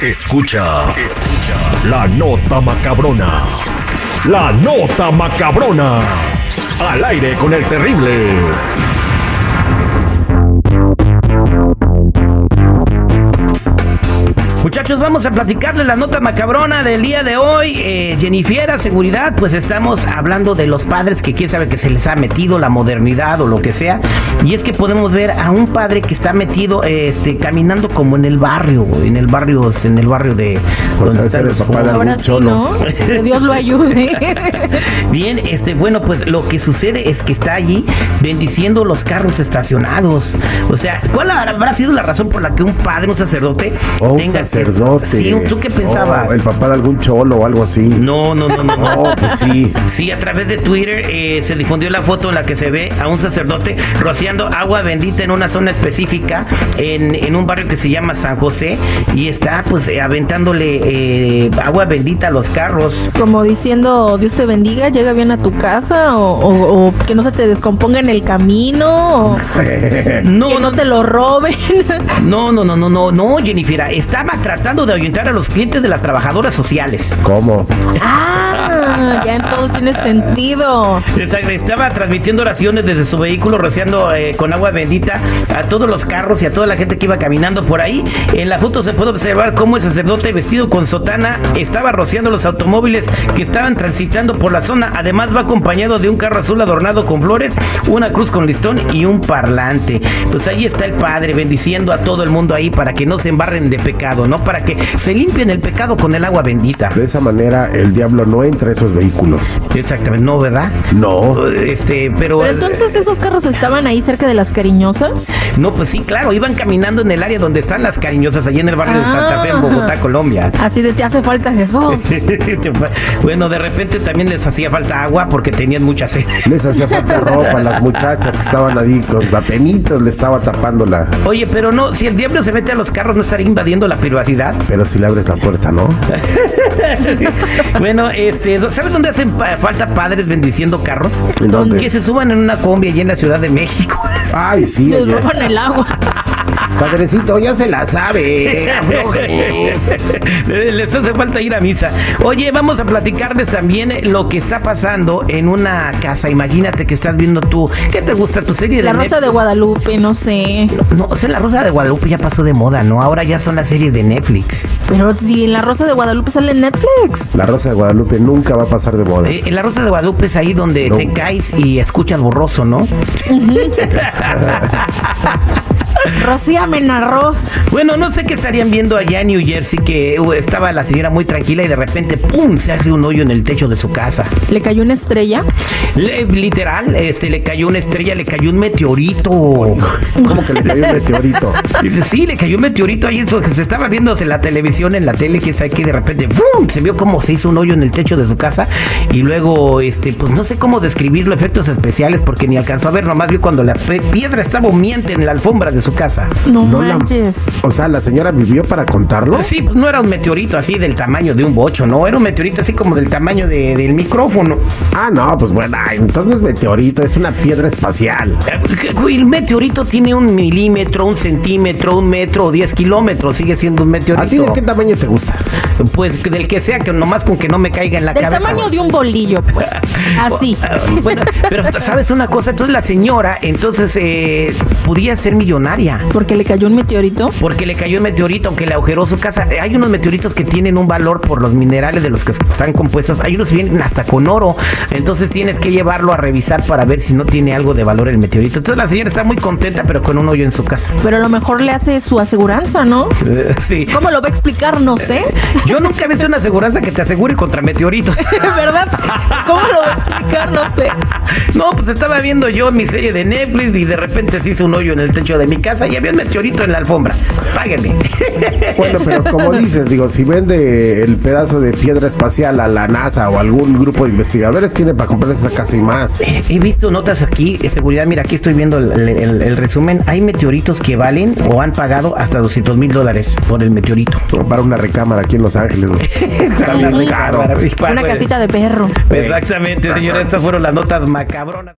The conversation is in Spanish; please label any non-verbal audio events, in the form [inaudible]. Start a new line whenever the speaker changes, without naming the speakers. Escucha, escucha la nota macabrona. La nota macabrona. Al aire con el terrible.
Muchachos, vamos a platicarles la nota macabrona del día de hoy. Eh, Jennifiera, seguridad, pues estamos hablando de los padres que quién sabe que se les ha metido la modernidad o lo que sea. Y es que podemos ver a un padre que está metido, eh, este, caminando como en el barrio, güey, en el barrio, este, en el barrio de
Pues
donde
debe
están
ser el
los
papá de
jugadores.
algún
Ahora sí,
cholo.
¿no? Que Dios lo ayude.
Bien, este, bueno, pues lo que sucede es que está allí bendiciendo los carros estacionados. O sea, ¿cuál habrá sido la razón por la que un padre, un sacerdote,
O un
tenga que-
sacerdote.
Sí, ¿tú qué
O
pensabas?
el papá de algún cholo o algo así.
No, no, no, no, no.
No, pues sí.
Sí, a través de Twitter eh, se difundió la foto en la que se ve a un sacerdote rociando agua bendita en una zona específica, en, en un barrio que se llama San José, y está pues eh, aventándole eh, agua bendita a los carros.
Como diciendo, Dios te bendiga, llega bien a tu casa, o, o- o que no se te descomponga en el camino, o que no te lo roben. [laughs]
No, no, no, no, no, no, Jennifer. Estaba tratando de orientar a los clientes de las trabajadoras sociales.
¿Cómo?
ah, ya en todo tiene sentido.
Exacto, Estaba transmitiendo oraciones desde su vehículo, rociando eh, con agua bendita a todos los carros y a toda la gente que iba caminando por ahí. En la foto se puede observar cómo el sacerdote vestido con sotana estaba rociando los automóviles que estaban transitando por la zona. Además va acompañado de un carro azul adornado con flores, una cruz con listón y un parlante. Pues ahí está el Padre bendiciendo a todo el mundo ahí para que no se embarren de pecado, ¿no? Para que se limpien el pecado con el agua bendita.
De esa manera el diablo no entra a esos vehículos.
Exactamente, ¿no? ¿Verdad?
No.
Este,
Pero entonces esos carros estaban ahí cerca de las cariñosas.
No, pues sí, claro, iban caminando en el área donde están las cariñosas, allí en el barrio de
Ah.
Santa Fe, en Bogotá, Colombia. [laughs]
Así de te hace falta Jesús.
bueno, de repente también les hacía falta agua porque tenían mucha sed. [laughs]
Les hacía falta ropa, las muchachas que estaban ahí con la penita le estaba tapando la.
Oye, pero no, si el diablo se mete a los carros, ¿no estaría invadiendo la privacidad?
Pero si le abres la puerta, ¿no?
[laughs] Bueno, este, ¿sabes dónde hacen pa- falta padres bendiciendo carros?
¿En dónde?
Que se suban en una combi allí en la Ciudad de México.
Ay, sí.
Les
oye.
roban el agua.
Padrecito, ya se la sabe. afloje.
[laughs] Les hace falta ir a misa. Oye, vamos a platicarles también lo que está pasando en una casa. Imagínate que estás viendo tú, ¿qué te gusta tu serie de
La Rosa de
Netflix?
Guadalupe, no sé.
No, o sea, la Rosa de Guadalupe ya pasó de moda, ¿no? Ahora ya son las series de Netflix.
Pero si en La Rosa de Guadalupe sale en Netflix.
La Rosa de Guadalupe nunca va a pasar de moda.
Eh, la Rosa de Guadalupe es ahí donde
No.
te caes y escuchas borroso, ¿no?
Rocíame en arroz.
Bueno, no sé qué estarían viendo allá en New Jersey, que uh, estaba la señora muy tranquila y de repente, ¡pum!, se hace un hoyo en el techo de su casa.
Le cayó una estrella.
Le- literal, este, le cayó una estrella, le cayó un meteorito.
¿Cómo que le cayó un meteorito?
Dice, sí, le cayó un meteorito ahí, eso que se estaba viendo en la televisión, en la tele, que sabe que de repente, ¡pum! Se vio como se hizo un hoyo en el techo de su casa y luego, este, pues no sé cómo describirlo, efectos especiales, porque ni alcanzó a ver, nomás vio cuando la pe- piedra estaba humiente en la alfombra de su casa.
No,
No la-
manches.
O sea, la señora vivió para contarlo.
Pues sí, pues no era un meteorito así del tamaño de un bocho, no, era un meteorito así como del tamaño de- del micrófono.
Ah, no, pues bueno, ay, entonces meteorito es una piedra espacial.
Eh, güey, El meteorito tiene un milímetro, un centímetro, un metro, o 10 kilómetros, sigue siendo un meteorito.
¿A ti de qué tamaño te gusta?
Pues del que sea, que nomás con que no me caiga en la
Del
cabeza.
tamaño de un bolillo, pues. Así.
Ah, Bueno, pero sabes una cosa, entonces la señora, entonces, eh, podía ser millonaria.
Porque le cayó un meteorito.
Porque le cayó un meteorito, aunque le agujeró su casa. Eh, Hay unos meteoritos que tienen un valor por los minerales de los que están compuestos. Hay unos que vienen hasta con oro. Entonces tienes que llevarlo a revisar para ver si no tiene algo de valor el meteorito. Entonces la señora está muy contenta, pero con un hoyo en su casa.
Pero a lo mejor le hace su aseguranza, ¿no?
Sí.
¿Cómo lo va a explicar? No sé. [laughs]
Yo nunca he visto una aseguranza que te asegure contra meteoritos.
¿Verdad? ¿Cómo lo va a explicar? No sé.
No, pues estaba viendo yo mi serie de Netflix y de repente se hizo un hoyo en el techo de mi casa y había un meteorito en la alfombra. Páguenme.
Bueno, pero como dices, digo, si vende el pedazo de piedra espacial a la NASA o algún grupo de investigadores, tiene para comprar esa casa y más.
He visto notas aquí, eh, seguridad, mira, aquí estoy viendo el, el- el- el resumen. Hay meteoritos que valen o han pagado hasta 200 mil dólares por el meteorito.
Comprar una recámara aquí en Los Ángeles. ¿no? Está bien
Una
caro.
Para- para-
Una casita de perro.
Exactamente, señores, estas fueron las notas macabronas.